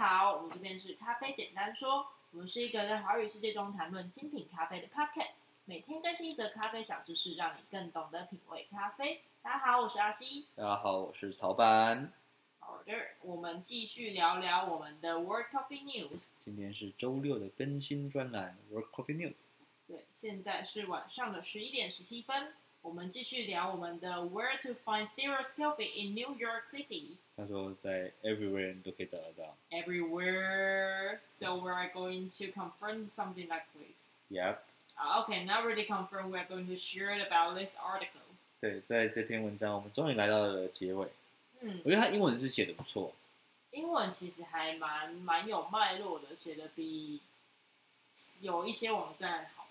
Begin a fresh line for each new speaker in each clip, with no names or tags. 好，我们这边是咖啡简单说，我们是一个在华语世界中谈论精品咖啡的 podcast，每天更新一则咖啡小知识，让你更懂得品味咖啡。大家好，我是阿西。
大家好，我是曹班。
好的，我们继续聊聊我们的 World Coffee News。
今天是周六的更新专栏 Work Coffee News。
对，现在是晚上的十一点十七分，我们继续聊我们的 Where to find serious coffee in New York City。
他说在 everywhere 你都可以找得到。
Everywhere, so we're going to confirm something like this.
Yep，
Uh, okay, not really confirmed. We're going to share it about this article.
对，在这篇文章我们终于来到了结尾。
嗯
我，觉得他英文是写的不错，
英文其实还蛮蛮有脉络的，写的比有一些网站好。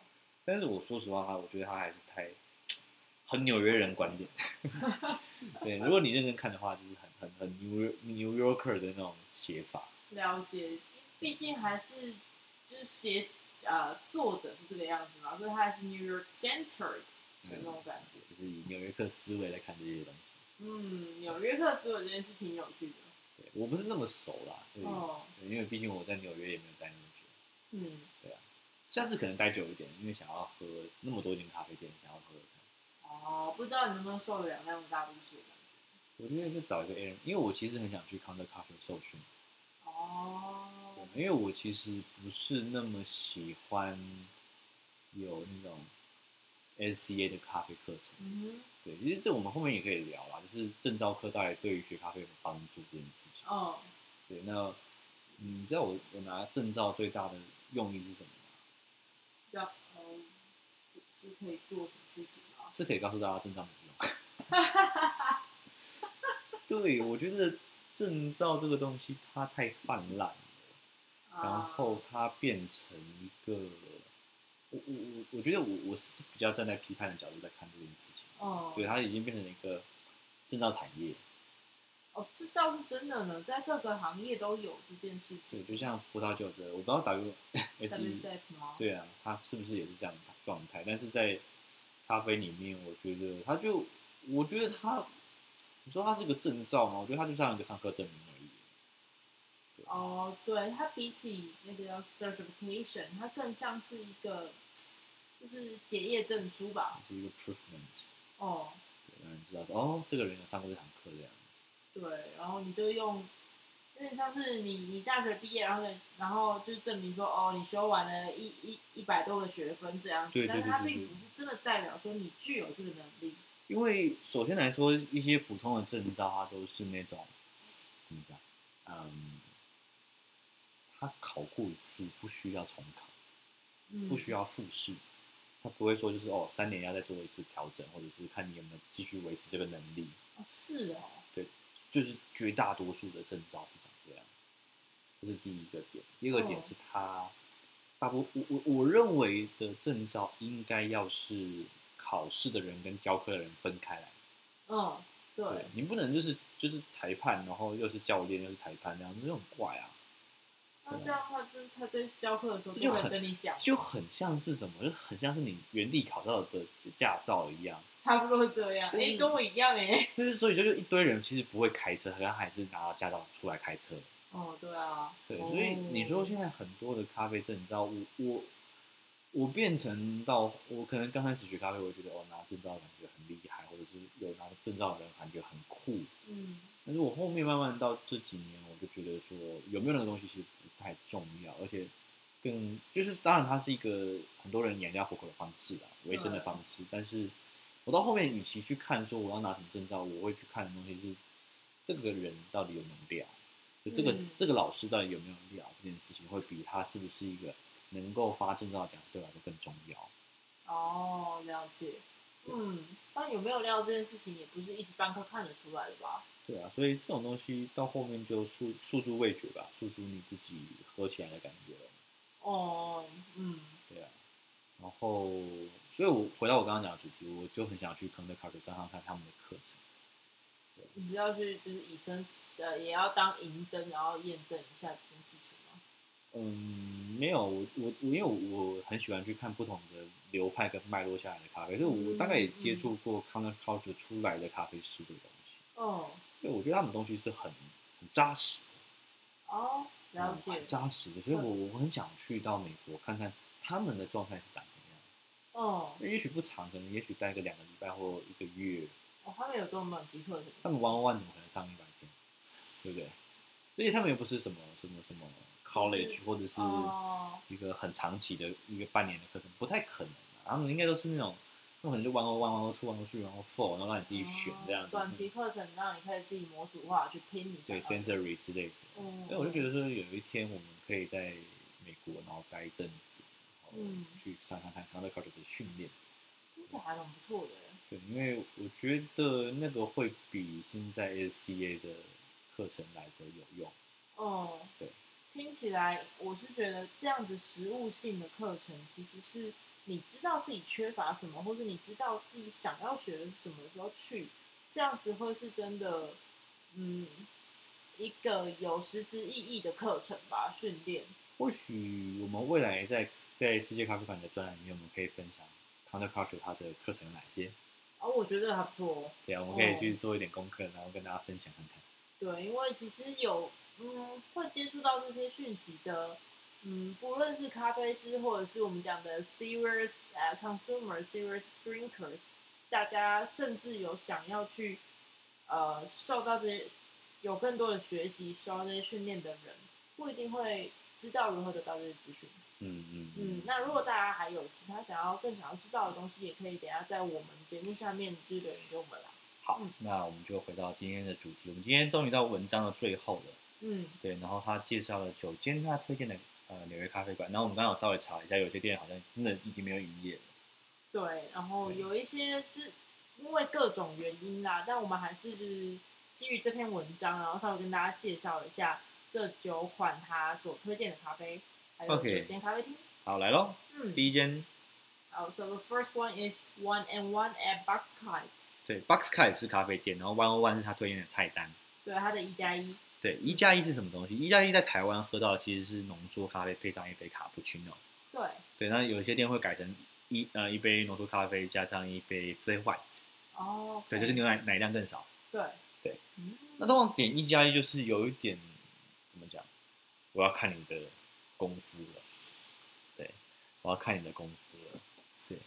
但是我说实话，他我觉得他还是太很纽约人观点。 对，如果你认真看的话，就是很很很 New York- New Yorker 的那种写法。
了解，毕竟还是就是写呃作者是这个样子嘛，所以他还是 New York centered 的那种感觉。
就是以纽约客思维来看这些东西。
嗯，纽约客所有这件事挺有趣的。
对我不是那么熟啦，所以
哦，
对因为毕竟我在纽约也没有待那么久。
嗯，
下次可能待久一点，因为想要喝那么多间咖啡店，想要喝。
哦，不知道你能不能受得了那种大都市的感觉。
我觉得就找一个 A，因为我其实很想去康德咖啡受训，
哦，
因为我其实不是那么喜欢有那种 SCA 的咖啡课程。
嗯
对，其实这我们后面也可以聊啦，就是证照课到底对于学咖啡有没有帮助这件事情
哼，。哦，
对，那嗯你知道我我拿证照最大的用意是什么吗？
要呃，是可以做什么事情啊吗？
是可以告诉大家证照没用。 对，我觉得证照这个东西它太泛滥了，
啊
然后它变成一个，我我我我觉得我我是比较站在批判的角度在看这件事情，
哦，
对，它已经变成一个证照产业，
哦，这倒是真的呢，在各个行业都有这件事
对，
情。
就像葡萄酒的，我不知道 W S
WSET 吗？
对啊，他是不是也是这样的状态？但是在咖啡里面，我觉得他就，我觉得他，你说他是个证照吗？我觉得他就像一个上课证明而已。对，
哦，对，它比起那个叫 certification，它更像是一个就是结业证书吧。
是一个 provement，
哦，
对让人知道说哦，这个人有上过这堂课这样。
对，然后你就用。有点像是你，你大学毕业，然后呢然后就证明说，哦，你修完了一一一百多个学分这样子，
对对
但是它
对对
并不
对
是真的代表说你具有这个能力。
因为首先来说，一些普通的证照，它都是那种怎么讲？嗯，他考过一次不需要重考。
嗯，
不需要复试，他不会说就是哦三年要再做一次调整，或者是看你有没有继续维持这个能力，
哦是哦，
就是绝大多数的证照是长这样。这是第一个点，第二个点
哦
是他大部我我我认为的证照应该要是考试的人跟教课的人分开来，
嗯，对，
你不能就是就是裁判，然后又是教练又是裁判，这样就很怪啊。
那这样的话，就是他在教课的时候
这
就
就
会
很
跟你讲，
就很像是什么，就很像是你原地考到的驾照一样，
差不多是这样。哎、
对
跟我一样哎、
就是所以就是一堆人其实不会开车，可是他还是拿到驾照出来开车。
哦，对啊，
对，
哦
所以你说现在很多的咖啡证照，我我我变成到我可能刚开始学咖啡，我觉得哦拿证照感觉很厉害，或者是有拿证照的人感觉很酷。
嗯，
但是我后面慢慢到这几年，我就觉得说有没有那个东西其实不太重要，而且更就是当然它是一个很多人养家糊口的方式啦，维生的方式。但是我到后面，与其去看说我要拿什么证照，我会去看的东西是这个人到底有没有料，就这个、
嗯
这个老师到底有没有料这件事情，会比他是不是一个能够发证照的讲师对我来说更重要。
哦，了解。嗯，但有没有料这件事情，也不是一时半刻看得出来的吧？
对啊，所以这种东西到后面就诉诉诸味觉吧，诉诸你自己喝起来的感觉了。
哦，嗯，
对啊，然后，所以我回到我刚刚讲的主题，我就很想去康德咖啡上上看他们的课程。
你是要去就是以身呃，也要当银针，然后验证一下这件事情吗？
嗯，没有，我我我因为我我很喜欢去看不同的流派跟脉络下来的咖啡，所以我大概也接触过康德咖啡出来的咖啡师的东西，
哦，
所以我觉得他们东西是很很扎实的。
哦，了
嗯蛮
解，
扎实的，所以我我很想去到美国看看他们的状态是长什么样。
哦，
也许不长，可能也许待个两个礼拜或一个月，
哦，他们有这种等级课程，
他们玩玩玩怎么可能上一百天，对不对？而且他们又不是什么什么什么 college 或者是
哦，
一个很长期的一个半年的课程，不太可能、啊。他们应该都是那种，他们可能就玩过玩玩过 two 玩过 three 玩过 four，然后让你自己选这样
哦
子，嗯
短期课程让你可以自己模组化去拼你想
对
要的，
sensory 之类的。
嗯，
所以我就觉得说，有一天我们可以在美国，然后待一阵子，然后
嗯
去上上看 counterculture 的训练。
听起来还蛮不错的耶，
对，因为我觉得那个会比现在 SCA 的课程来的有用。
哦，
对，
听起来我是觉得这样子实物性的课程，其实是你知道自己缺乏什么，或者你知道自己想要学的是什么的时候去，这样子会是真的，嗯，一个有实质意义的课程吧，训练。
或许我们未来在在世界咖啡馆的专栏里面，我们可以分享 counterculture 它的课程有哪些。
哦，我觉得还不错哦。
对啊，我们可以
哦
去做一点功课，然后跟大家分享看看。
对，因为其实有嗯会接触到这些讯息的，嗯，不论是咖啡师或者是我们讲的 serious 呃 consumer serious drinkers，大家甚至有想要去呃受到这些有更多的学习、受到这些训练的人，不一定会知道如何得到这些资讯。
嗯嗯
嗯，那如果大家还有其他想要更想要知道的东西，也可以等一下在我们节目下面就留言给我们啦。
好
嗯，
那我们就回到今天的主题。我们今天终于到文章的最后了。
嗯，
对，然后他介绍了九间他推荐的呃纽约咖啡馆。然后我们刚刚有稍微查了一下，有些店好像真的已经没有营业了。
对，然后
对
有一些是因为各种原因啦，但我们还是就是基于这篇文章，然后稍微跟大家介绍一下这九款他所推荐的咖啡，还有
OK
九间咖啡厅。
好，来喽，
嗯，
第一间
好，so the first one is one and one at Box Kite，
对，Box Car 也是咖啡店，然后 One One 是他推荐的菜单。
对，它的一加一，
对，一加一是什么东西？一加一在台湾喝到的其实是浓缩咖啡配上一杯卡布奇诺。
对，
对，那有一些店会改成一呃一杯浓缩咖啡加上一杯 flat white，
哦，
对，就是牛奶奶量更少。
对，
对
嗯，
那通常点一加一就是有一点怎么讲？我要看你的功夫了，对，我要看你的功夫了。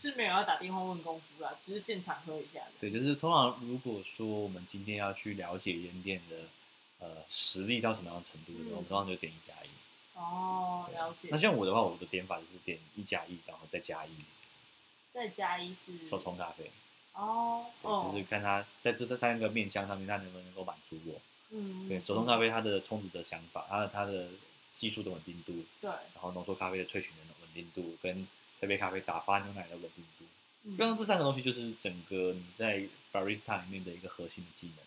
是没有要打电话问功夫啦，只是现场喝一下的。
对，就是通常如果说我们今天要去了解一间店的呃实力到什么样的程度的时
嗯
候，我们通常就点一加一。
哦，了解
那。像我的话，我的点法就是点一加一，然后再加一
再加一是
手冲咖啡，
哦，
对，
嗯哦，
就是看它在这这三个面向上面，它能不能够满足我。
嗯，
对，
嗯
手冲咖啡它的冲煮的想法，还有它的技术的稳定度，
对，
然后浓缩咖啡的萃取的稳定度，跟这杯咖啡打发牛奶的稳定度。
嗯
刚刚这三个东西就是整个你在 barista 里面的一个核心的技能，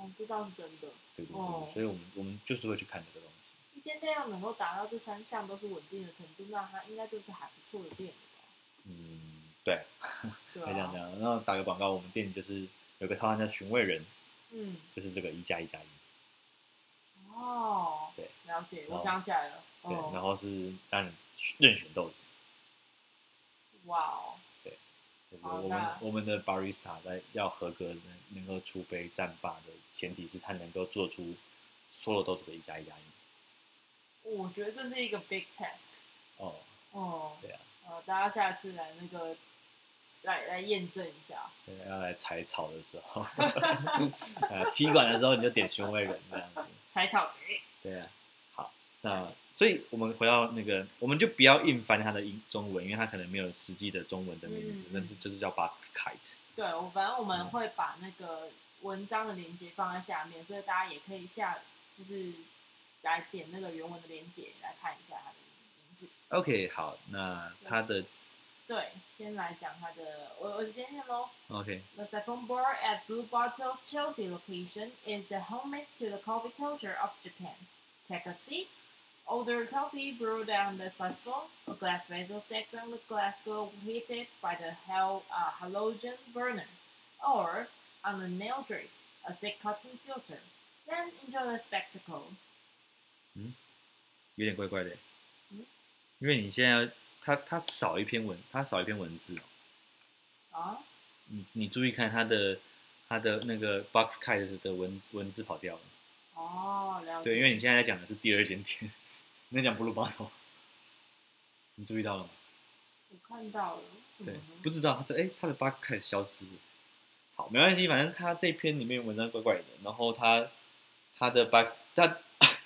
哦，这倒是真的。
对不对？
哦
所以我们我们就是会去看这个东西。
一间店要能够达到这三项都是稳定的程度，那它应该就是还不错的店了
嗯，对，
吧？
可以这
对
样
啊，
讲。那打个广告，我们店里就是有个套餐叫寻味人，
嗯，
就是这个一加一加一。
哦，
对，
了解，
然
我
后
想起来了，
对，然
哦，
后是让你任选豆子，
哇哦，
就是
好
我们
那
我们的 barista 在要合格能能够出杯战霸的前提是他能够做出所有豆子的一加一加一。
我觉得这是一个 big test，
哦，
哦，
对啊，
呃，大家下次来那个来来验证一下，
对要来采草的时候， 呃，踢馆的时候你就点寻味人这样子，
踩草贼，
对啊，好，那所以我们回到那个，我们就不要硬翻它的英中文，因为它可能没有实际的中文的名字
嗯，
但是就是叫 box kite。
对我反正我们
嗯
会把那个文章的连接放在下面，所以大家也可以下就是来点那个原文的连接来看一下它的名字。
OK，好，那它的
对，先来讲它的，我我今天喽。
OK，
The second bar at Blue Bottle's Chelsea location is a homage to the coffee culture of Japan. Take a seat. Older coffee brewed on the siphon, a glass vessel second with glass globe heated by the hal- uh, halogen burner, or on a nail drip, a thick cotton filter. Then enjoy the spectacle.
有点怪怪的
嗯，
因为你现在要它它少一篇文，它少一篇文字哦。
啊，
你你注意看它的它的那个 box kite 的文文字跑掉了。
哦，了解。
对，因为你现在在讲的是第二间店， 你在讲 blue bottle，你注意到了吗？
我看到了，为什
对
么呢，
不知道他的哎、他的 bug 开始消失了。好，没关系，反正他这篇里面文章怪怪的，然后他他的 bug 他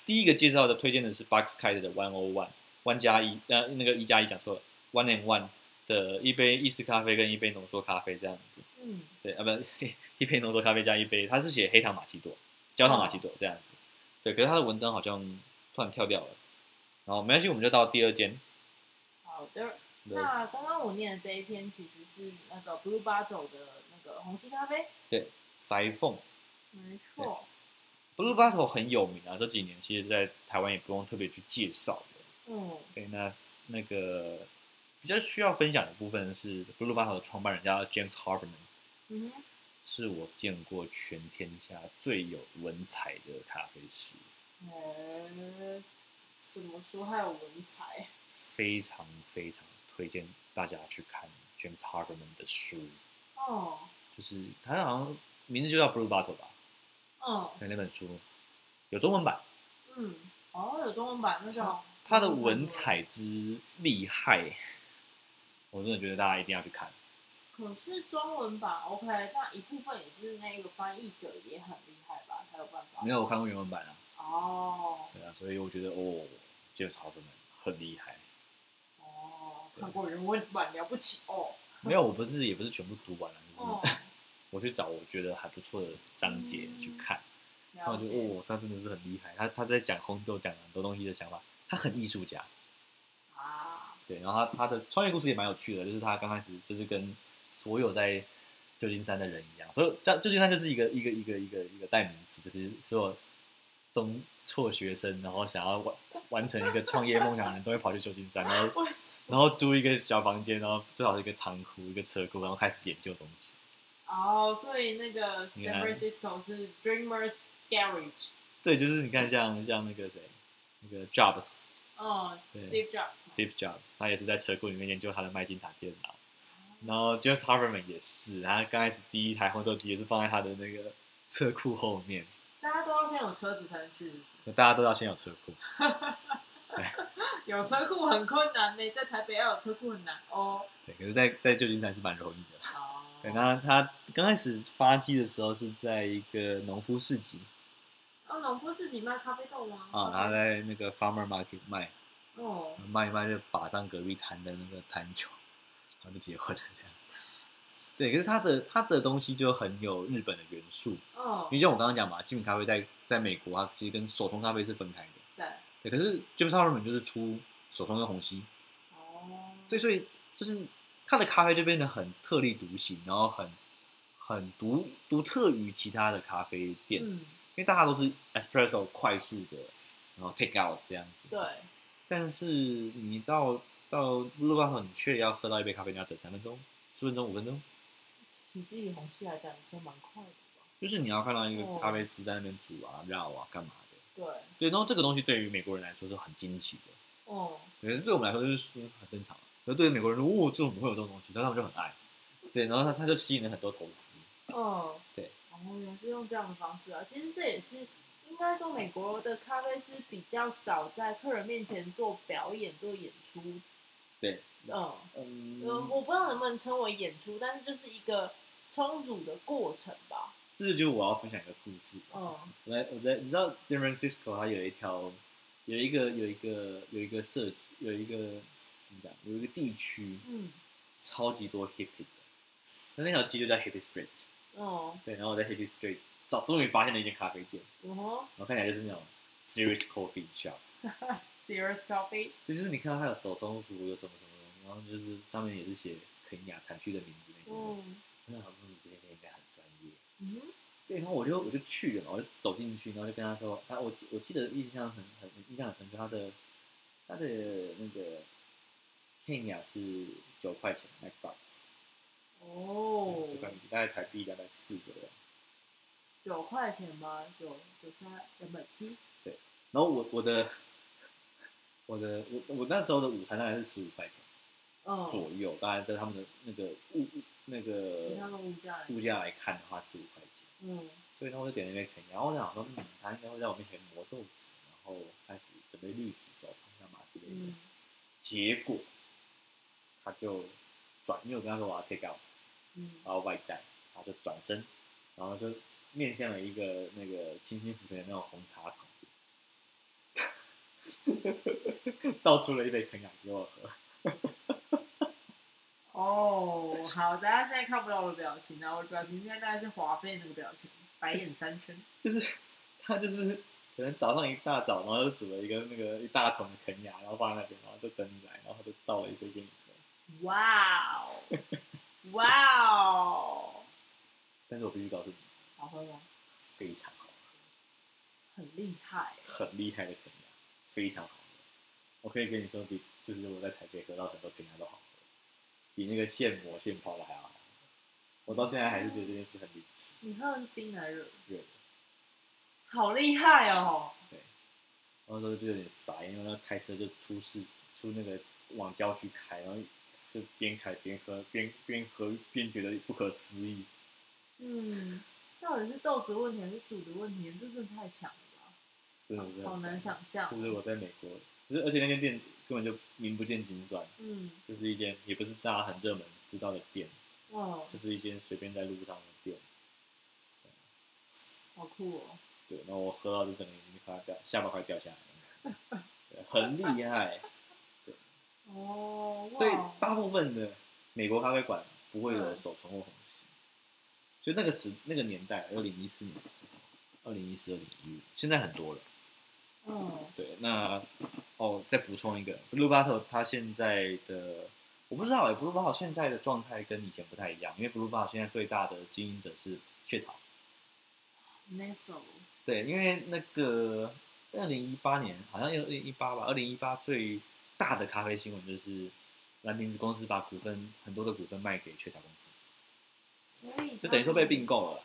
第一个介绍的推荐的是 bug 开的 one o one one 加一呃那个一加一讲错了 one and one 的一杯意式咖啡跟一杯浓缩咖啡这样子，
嗯，
对啊不 一杯浓缩咖啡加一杯，他是写黑糖玛奇朵焦糖玛奇朵这样子，对，可是他的文章好像突然跳掉了，然后没关系，我们就到第二间，
好的。
对
那刚刚我念的这一篇其实是那个 Blue Bottle 的那个红心咖啡，
裁缝。
没错。
Blue Bottle 很有名啊，这几年其实在台湾也不用特别去介绍的。
嗯
对，那那个比较需要分享的部分是 Blue Bottle 的创办人叫 James Harvey，
嗯哼，
是我见过全天下最有文采的咖啡师，
呃，怎么说还有文采？
非常非常推荐大家去看 James Harvey 的书，
哦，
就是他好像名字就叫 Blue Bottle 吧，
嗯
对，那本书有中文版，
嗯，哦，有中文版那种。
他的文采之厉害，我真的觉得大家一定要去看。
嗯可是中文版 OK，那一部分也是那个翻译者也很厉害吧，才有办法。
没有，我看过原文版啊，
哦
对啊，所以我觉得哦，这个曹粉很厉害。
哦，看过人文版了不起哦。
没有，我不是也不是全部读完了，就是
哦，
我去找我觉得还不错的章节
嗯
去看，然后
了
我觉得
解。
哦，他真的是很厉害，他他在讲红豆讲很多东西的想法，他很艺术家，
啊，
对，然后他他的创业故事也蛮有趣的，就是他刚开始就是跟所有在旧金山的人一样，所以旧旧金山就是一个一个一个一个一个代名词，就是所有中辍学生，然后想要完完成一个创业梦想的人都会跑去旧金山，然后
为什
然后租一个小房间，然后最好是一个仓库、一个车库，然后开始研究东西。
哦，所以那个
你
San
看
Francisco 是 Dreamers Garage，
对，就是你看像像那个谁，那个 Jobs
嗯
对
，Steve Jobs，
Steve Jobs，他也是在车库里面研究他的麦金塔电脑。然后 James Harperman 也是，他刚开始第一台烘豆机也是放在他的那个车库后面，
大家都要先有车子才能去，
大家都要先有车库。
有车库很困难呢，在台北要有车库很难哦。
对，可是在，在旧金山是蛮容易的。
哦，
对，那他刚开始发迹的时候是在一个农夫市集
哦，农夫市集卖咖啡豆吗？
啊，他在那个 Farmer Market 卖，
哦，
卖一卖就把上隔壁摊的那个摊球， 然后就结婚了这样。对，可是他的他的东西就很有日本的元素，
哦
因，为像我刚刚讲嘛，精品咖啡在在美国，它其实跟手冲咖啡是分开的。
在，
对，可是 James Harmon 就是出手冲跟虹吸，
哦，
对，所以就是他的咖啡就变得很特立独行，然后很很独独特于其他的咖啡店，因
嗯，
为大家都是 espresso 快速的，然后 take out 这样子。
对，
但是你到到路巴很却要喝到一杯咖啡，你要等三分钟、四分钟、五分钟，
其实以红系来讲，真蛮快的吧？
就是你要看到一个
哦
咖啡师在那边煮啊、绕啊、干嘛的。
对，
对，然后这个东西对于美国人来说是很惊奇的，
哦，
可是对我们来说就是嗯很正常。可是对于美国人说，哦，这怎么会有这种东西？所以他们就很爱。对，然后他他就吸引了很多投资。
嗯，
对，
哦，原来是用这样的方式啊。其实这也是应该说，美国的咖啡师比较少在客人面前做表演、做演出。
对，
嗯，呃，
嗯，
我不知道能不能称为演出，但是就是一个冲煮的过程吧。
这就是我要分享一个故事。
嗯，
我在我在你知道 San Francisco 它有一条有一个有一个有一个社有一个怎么讲有一个地区，
嗯，
超级多 hippie 的，那那条街就叫 hippie street。
哦，
对，然后我在 hippie street 找，终于发现了一间咖啡店，
嗯哼
然后看起来就是那种 serious coffee shop，
，serious coffee，
就是你看到它有手冲壶，有什么什么东西，然后就是上面也是写肯尼亚产区的名字那种，
嗯，
那好像你这些店应该很专业。
嗯哼，
对，然后我就我就去了嘛，我就走进去，然后就跟他说，啊，我记我记得印象很很印象很深刻，他的他的那个 Kenya 是九块钱 m a c b o x
哦
九，块钱大概台币两百四左右。
九块钱吧，九九三两百七，
然后我我的我的我我那时候的午餐大概是十五块钱
嗯，
左右，大概在他们的那个物那
其他
个
的物价也，
物价来看的话，十五块钱。
嗯，
所以呢，我就点了一杯肯尼亚，然后我想说，嗯，他应该会在我面前磨豆子，然后开始准备滤纸手冲，然之类的。
嗯，
结果他就转，因为我跟他说我要 take out，
嗯
然后外带，然后就转身，然后就面向了一个那个清清浮浮的那种红茶桶， 倒出了一杯肯雅给我喝。
哦，好，大家现在看不到我的表情，然后我的表情现在大概是华妃那个表情，白眼三圈。
就是他就是可能早上一大早，然后就煮了一个那个一大桶的肯雅，然后放在那边，然后就等你来，然后就倒了一杯给你喝。
哇哦，哇哦，
但是我必须告诉你，
好喝吗？
非常好，
很厉害，
很厉害的肯雅，非常好喝。我可以跟你说，比就是我在台北喝到很多肯雅都好喝，比那个现磨现泡的还要好喝。我到现在还是觉得这件事很离奇，
你喝的是冰还是热的？
对。
好厉害哦！
然后那时候就有点傻，因为那开车就出事，出那个往郊区开，然后就边开边喝，边边喝边觉得不可思议。
嗯，到底是豆子的问题还是煮的问题？这真的太强了
真的是
吧，好难想象
是。不是我在美国？就是而且那间店根本就名不见经传，
嗯，
就是一间也不是大家很热门知道的店，
哇，哦
就是一间随便在路上的店。
好酷哦！
对，然后我喝到就整个已经快要掉，下巴快掉下来了，对很 厉害。
哦，嗯
所以
哇，
大部分的美国咖啡馆不会有手冲或虹吸，就那个时那个年代，二零一四年、二零一四、二零一五，现在很多了。
嗯，
对，那哦，再补充一个，路巴特他现在的我不知道哎，布鲁巴特现在的状态跟以前不太一样，因为布鲁巴特现在最大的经营者是雀巢。
，Nestle，
对，因为那个二零一八年，好像二零一八吧，二零一八最大的咖啡新闻就是蓝瓶子公司把股份很多的股份卖给雀巢公司，
所以
就等于说被
他们
并购了啦。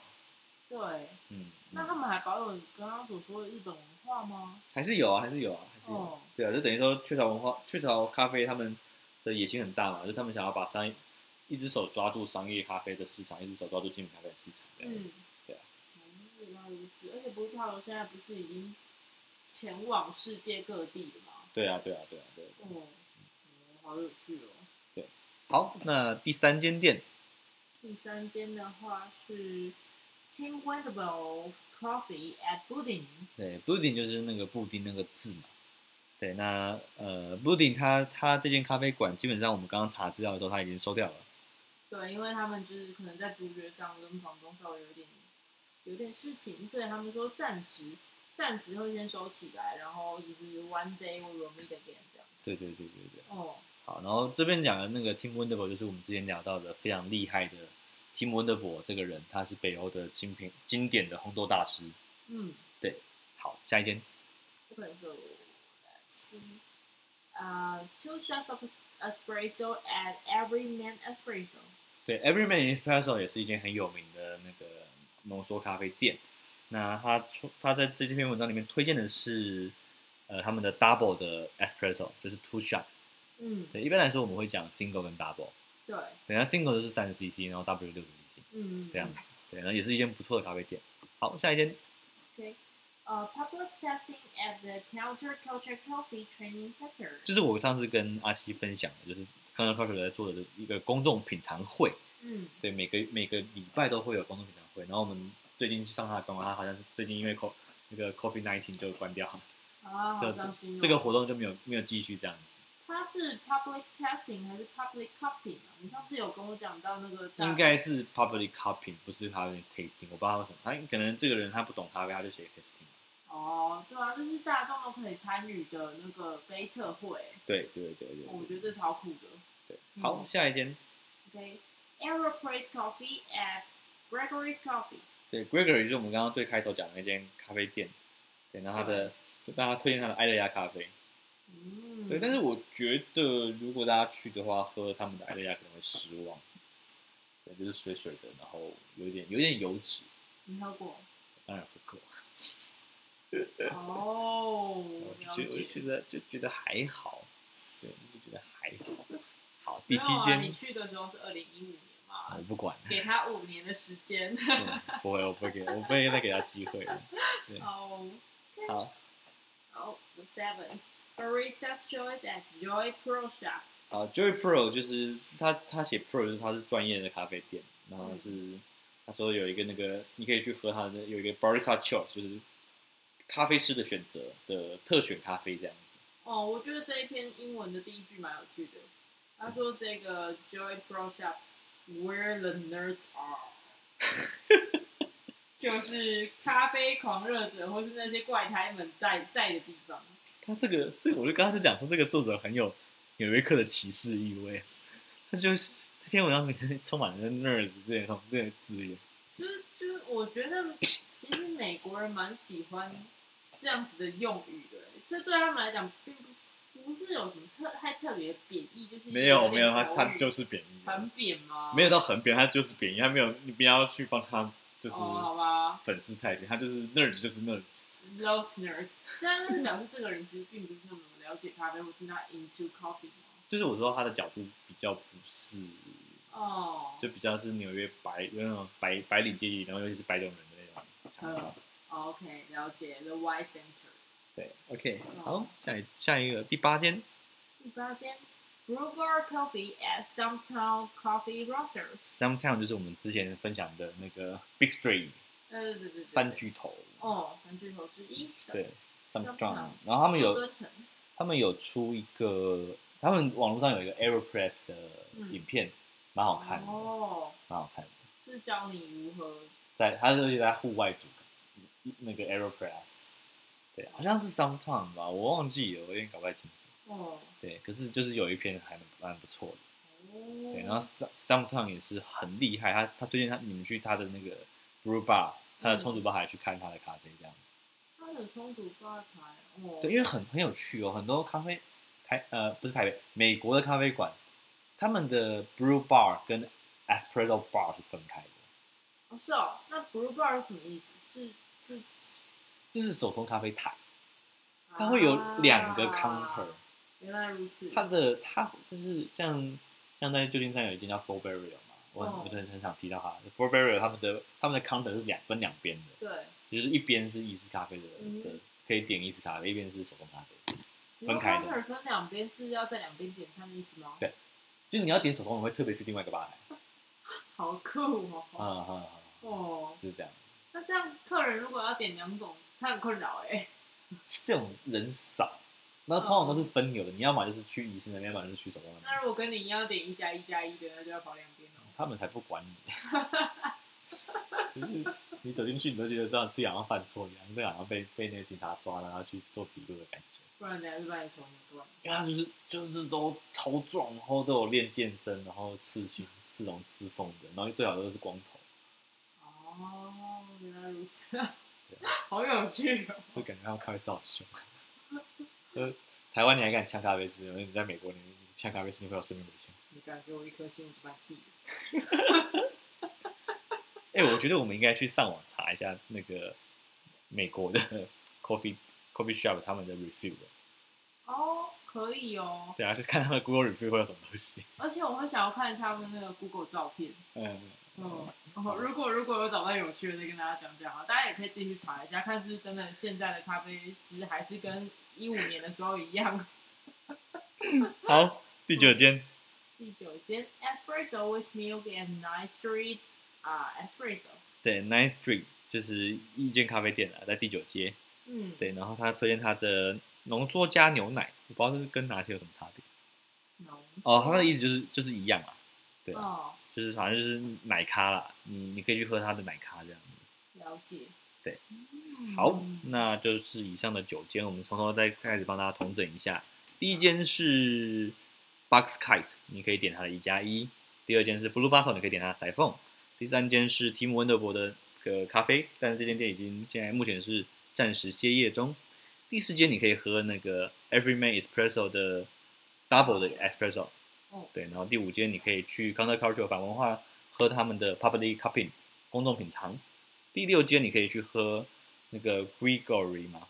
对，
嗯，
那他
嗯
们还保有刚刚所说的日本文化吗？
还是有啊，还是有啊，还是有。
哦，
对啊，就等于说雀巢文化、雀巢咖啡他们的野心很大嘛，就是他们想要把商业一只手抓住商业咖啡的市场，一只手抓住精品咖啡的市场。这样子
嗯，
对啊
哦，原来如此。而且不是他们现在不是已经前往世界各地了吗？
对啊，对啊，对啊，对啊。
哦，哦好有趣哦。
好，那第三间店，
第三间的话是 Tim Wendelbo Coffee at Building。
对，Building 就是那个布丁那个字嘛。对，那呃，Building 它它这间咖啡馆，基本上我们刚刚查资料的时候，它已经收掉了。
对，因为他们就是可能在主角上跟房东稍微有点有点事情，所以他们说暂时暂时会先收起来，然后就是 one day we will meet again 这样。
对对对对对。
哦，
好，然后这边讲的那个 Tim Wonderful 就是我们之前聊到的非常厉害的 Tim Wonderful 这个人，他是北欧的精品经典的烘豆大师。
嗯，
好，下一间，
Okay, so let's see. Uh, two shots of espresso at every man espresso.
对，Everyman Espresso 也是一间很有名的那个浓缩咖啡店。那他出他在这篇文章里面推荐的是，呃，他们的 double 的 espresso，就是 two shot。
嗯，
对，一般来说我们会讲 single 跟 double。
对，
等下 single 就是三十 cc，然后 double 六十 cc
嗯，
这样子。对，然后也是一间不错的咖啡店。好，下一间，
Okay. Uh, public testing at the counterculture coffee training center.
就是我上次跟阿西分享的，就是刚刚 c o f f 在做的一个公众品尝会。
嗯，
对，每个每个礼拜都会有公众品尝会。然后我们最近上他的官网，他好像是最近因为 co 那个 Coffee Nineteen 就关掉了，
啊，Ah, 好
这
像是
这个活动就没有没有继续这样子，
它是 public testing 还是 public cupping 啊？你上次有跟我讲到那个大
应该是 Public Cupping，不是咖啡 Tasting。我不知道为什么，他可能这个人他不懂咖啡，他就写 Tasting。
哦，对啊，就是大众都可以参与的那个杯测会，
对对对对，
我觉得这超酷的。
对。好，下一间，
Okay, Aeropress Coffee at Gregory's Coffee。
对 Gregory 就是我们刚刚最开头讲的那间咖啡店，对，然后他
啊
的就大家推荐他的艾乐亚咖啡，
嗯，
对，但是我觉得如果大家去的话，喝他们的艾乐亚可能会失望，对，就是水水的，然后有一点有一点油脂，
你喝过？
当然不够，
哦，
我
了
就我就
解。
觉得就觉得还好，对，就觉得还好。好，
没
第
有
七
啊，你
间、啊
去的时候是二零一五年嘛
我，不管，
给他五年的时间。
嗯不会，我不会给，我不会再给他机会了。
哦，
好，
哦，The Seven barista choice at Joy Pro Shop。
啊，Joy Pro 就是他他写 Pro 就是他是专业的咖啡店，然后是他说有一个那个你可以去喝他的有一个 barista choice 就是咖啡师的选择的特选咖啡这样子。
哦，我觉得这一篇英文的第一句蛮有趣的。他说这个 Joy Pro Shops where the nerds are，就是咖啡狂热者或是那些怪胎们在在的地方。
他这个这个我就刚刚就讲说这个作者很有纽约客的歧视意味，他就是这篇文章里面充满了 nerd 这些东这些字眼。
就是就是，我觉得其实美国人蛮喜欢这样子的用语的，欸这对他们来讲并不不是有什么特太特别贬义，就是
没有没有，他
点
他
口语
就是贬义的，
很扁吗？
没有到很贬，他就是贬义，他没有你不要去帮他就是
哦，好吧
粉丝太低，他就是 nerd 就是 nerd。
，lost nurse，但 是表示这个人其实并不是那么了解咖啡，或是他 into coffee 吗？
就是我说他的角度比较不是，
哦，
就比较是纽约白那种白白领阶级，然后尤其是白种人的那种想法。
哦 OK，了解 the Y center。
对，OK，
嗯
好，下一下一个第八间
第八间 b r u g e r Coffee at Downtown Coffee Roasters。
，Downtown 就是我们之前分享的那个 Big Three
呃，对对对对，
三巨头，
哦，三巨头之一。
对，，Downtown，
Downtown
然后他们有
苏敦城
他们有出一个，他们网络上有一个 Aeropress 的
嗯
影片，蛮好看的，蛮
哦，
好看的，
是教你如何
在他就是在户外组那个 Aeropress，对，好像是 Downtown 吧，我忘记了，我有点搞不太清楚。
哦
对，可是就是有一篇还蛮不错的，
哦，
对，然后 Stump Town 也是很厉害，他他最近他你们去他的那个 Brew Bar，他的冲煮吧台去看他的咖啡这样，
它的冲煮吧台哦，
对，因为很很有趣哦，很多咖啡台呃不是台北，美国的咖啡馆，他们的 Brew Bar 跟 Espresso Bar 是分开的，
哦是哦，那 brew bar 是什么意思？是是，
就是手冲咖啡台，它会有两个
啊
counter，、
原来如此，
它的它就是像像在旧金山有一间叫 Four Barrel 嘛，我很、
哦
我真的很想提到它 Four Barrel 他们的他们的 counter 是两分两边的。
对，
就是一边是意式咖啡的，
嗯
的可以点意式咖啡，一边是手工咖啡。分
然后
开的
counter 分两边是要在两边点餐的意思吗？
对就是你要点手工，我会特别去另外一个吧台。
好酷哦，
啊啊啊！
哦，
就是这样。
那这样客人如果要点两种，他很困扰哎，
这种人少，那通常都是分流的。你要么就是去意式那边，要么就是去手工那 边
那。如果跟你一样点一加一加一的，那就要跑两边哦。
他们才不管你。就是你走进去，你都觉得这样自己好像犯错一样，这好像被被那个警察抓了，然后去做笔录的感觉。
不然等下就把你从不断。
因为他就是就是都超壮，然后都有练健身，然后刺青、刺龙、刺凤的，然后最好都是光头。
哦，原来如此， 好有趣哦。
就感觉他们咖啡师好凶。 呃，台湾你还敢呛咖啡师，因为你在美国你你呛咖啡师你会有生命危险。
你敢给我一颗心，我就把你毙了。
哎、我觉得我们应该去上网查一下那个美国的 coffee coffee shop 他们的 review，
哦，可以哦。
对啊，就看他们 Google review 会有什么东西。
而且我会想要看一下他们那个 Google 照片。
嗯，
嗯，哦、如果如果有找到有趣的，再跟大家讲讲啊。大家也可以自己去查一下，看是不是真的现在的咖啡师还是跟一五年的时候一样。
好，第九间
第九间 Espresso with milk and nice street 啊、Espresso，
对 Nice Street 就是一间咖啡店啊，在第九街。
嗯，
对，然后他推荐他的浓缩加牛奶，我不知道这是跟拿铁有什么差别。
浓缩，
哦，他的意思就是就是一样啊，对啊。
哦，
就是反正就是奶咖啦，你你可以去喝它的奶咖这样子。
了解，
对
嗯，
好，那就是以上的九间，我们从头再开始帮大家统整一下。第一间是 Box Kite，你可以点它的一加一；第二间是 Blue Bottle，你可以点它的裁缝；第三间是 Tim Wonderboard 的呃咖啡，但是这间店已经现在目前是暂时歇业中。第四间你可以喝那个 Everyman Espresso 的 Double 的 Espresso，
哦
对，然后第五间你可以去 Counterculture 反文化喝他们的 Public Cupping 公众品尝，第六间你可以去喝那个 Gregory 嘛，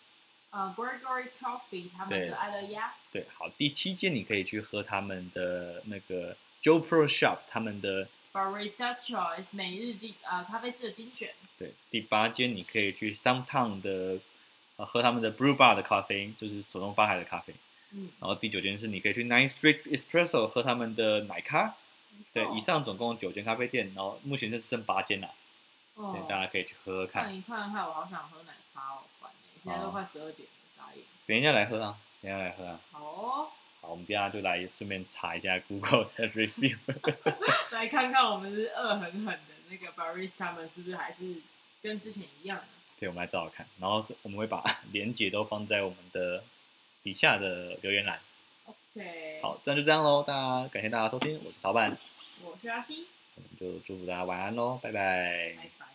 呃，Gregory Coffee 他们
对
的爱乐鸭，
对，好，第七间你可以去喝他们的那个 Joe Pro Shop 他们的
Barista Choice 每日精呃咖啡师的精选，
对，第八间你可以去 Downtown 的、呃、喝他们的 Brew Bar 的咖啡，就是手动发海的咖啡。
嗯
然后第九间是你可以去 Nine Street Espresso 喝他们的奶咖。对，
哦
以上总共九间咖啡店，然后目前是剩八间啦，
哦
所以，大家可以去喝喝看
看。一看，害我好想喝奶咖哦，烦欸现在都
哦
快十二点了，傻眼。
等一下来喝啊，等一下来喝啊。
好哦，
好，我们等一下就来顺便查一下 Google 的 review。
来看看我们是恶狠狠的那个 barista 他们是不是还是跟之前一样啊？
对，我们来找找看。然后我们会把 连结都放在我们的底下的留言栏。
对，，
好，那就这样喽，大家感谢大家收听，我是老板，
我是阿西，
我们就祝福大家晚安喽，拜拜
拜拜。